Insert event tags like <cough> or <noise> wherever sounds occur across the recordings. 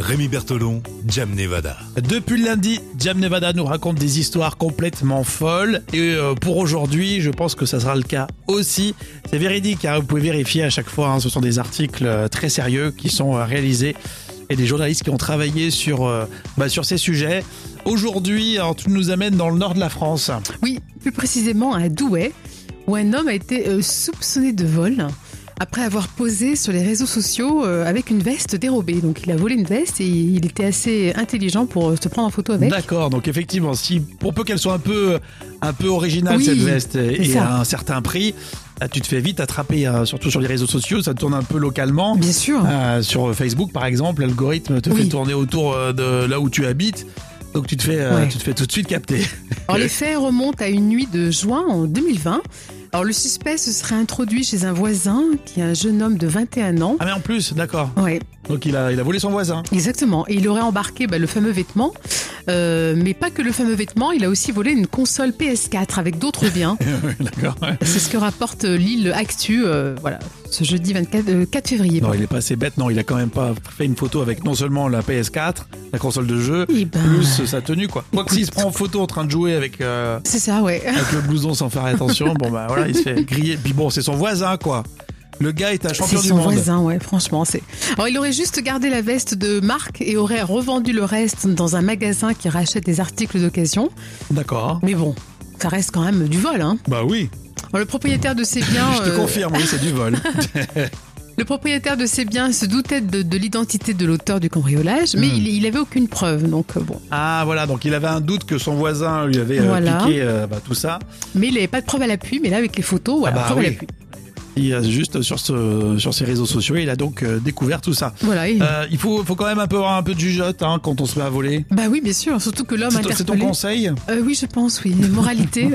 Rémi Bertolon, Jam Nevada. Depuis le lundi, Jam Nevada nous raconte des histoires complètement folles. Et euh, pour aujourd'hui, je pense que ça sera le cas aussi. C'est véridique, hein, vous pouvez vérifier à chaque fois. hein, ce sont des articles euh, très sérieux qui sont euh, réalisés et des journalistes qui ont travaillé sur, euh, bah, sur ces sujets. Aujourd'hui, alors, tu nous amènes dans le nord de la France. Oui, plus précisément à Douai, où un homme a été euh, soupçonné de vol après avoir posé sur les réseaux sociaux euh, avec une veste dérobée. Donc il a volé une veste et il était assez intelligent pour euh, se prendre en photo avec. D'accord, donc effectivement, si pour peu qu'elle soit un peu, un peu originale Oui, cette veste et ça. à un certain prix, là, tu te fais vite attraper, hein, surtout sur les réseaux sociaux, ça tourne un peu localement. Oh, Bien sûr. Euh, sur Facebook, par exemple, l'algorithme te Oui. fait tourner autour euh, de là où tu habites. Donc tu te fais, euh, Ouais. tu te fais tout de suite capter. Alors les faits remontent à une nuit de juin en 2020. Alors le suspect se serait introduit chez un voisin qui est un jeune homme de 21 ans. Ah mais en plus, d'accord. Ouais, Donc il a, il a volé son voisin. exactement. Et il aurait embarqué bah, le fameux vêtement, Euh, mais pas que le fameux vêtement. Il a aussi volé une console PS4 avec d'autres biens. d'accord. C'est ce que rapporte euh, Lille Actu, euh, voilà, ce jeudi 24 euh, 4 février. Non, il est pas assez bête. Non, il a quand même pas fait une photo avec non seulement la PS4, la console de jeu, Eh ben, plus sa tenue quoi. Quoi que s'il se Écoute. prend en photo en train de jouer avec. euh, C'est ça, ouais. avec le blouson sans faire attention, bon bah voilà, il se fait griller. Puis bon, c'est son voisin quoi. Le gars est un C'est champion du son monde. voisin, ouais, franchement. c'est. Alors, il aurait juste gardé la veste de marque et aurait revendu le reste dans un magasin qui rachète des articles d'occasion. D'accord. Mais bon, ça reste quand même du vol. Hein. Bah oui, Alors, le propriétaire <laughs> de ces biens. je te euh, confirme, oui, c'est du vol. Le propriétaire de ces biens se doutait de, de l'identité de l'auteur du cambriolage, mais Hmm. il, il avait aucune preuve, donc euh, bon. Ah voilà, donc il avait un doute que son voisin lui avait euh, Voilà. piqué euh, bah, tout ça. Mais il n'avait pas de preuve à l'appui, mais là, avec les photos, voilà, bah preuve oui. à l'appui. Il a juste euh, sur, ce, sur ses réseaux sociaux, il a donc euh, découvert tout ça. Voilà, il- Euh, il faut, faut quand même un peu avoir un peu de jugeote hein, quand on se met à voler. Bah oui, bien sûr, surtout que l'homme C'est ton- c'est ton interpellé. conseil Euh, oui, je pense, oui. Moralité.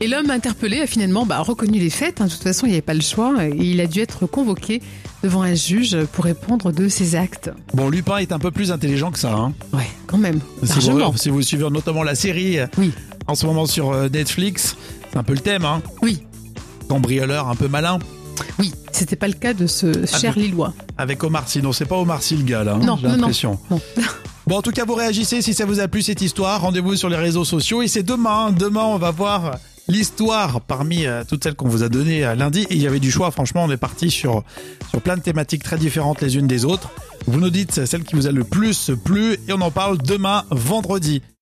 et l'homme interpellé a finalement bah, reconnu les faits. hein. De toute façon, il n'y avait pas le choix. Et il a dû être convoqué devant un juge pour répondre de ses actes. Bon, Lupin est un peu plus intelligent que ça. Hein. Ouais, quand même. Si, Largement. vous, si vous suivez notamment la série euh, Oui. en ce moment sur euh, Netflix, c'est un peu le thème. Hein. Oui. Cambrioleur un peu malin Oui, c'était pas le cas de ce Ah, cher Lillois. avec Omar Sy. Non, c'est pas Omar Sy le gars là. hein, Non, j'ai non, non. l'impression. Non. Bon, en tout cas, vous réagissez si ça vous a plu cette histoire. Rendez-vous sur les réseaux sociaux. Et c'est demain. Demain, on va voir l'histoire parmi euh, toutes celles qu'on vous a données euh, lundi. Et il y avait du choix. Franchement, on est parti sur, sur plein de thématiques très différentes les unes des autres. Vous nous dites celle qui vous a le plus plu. Et on en parle demain, vendredi.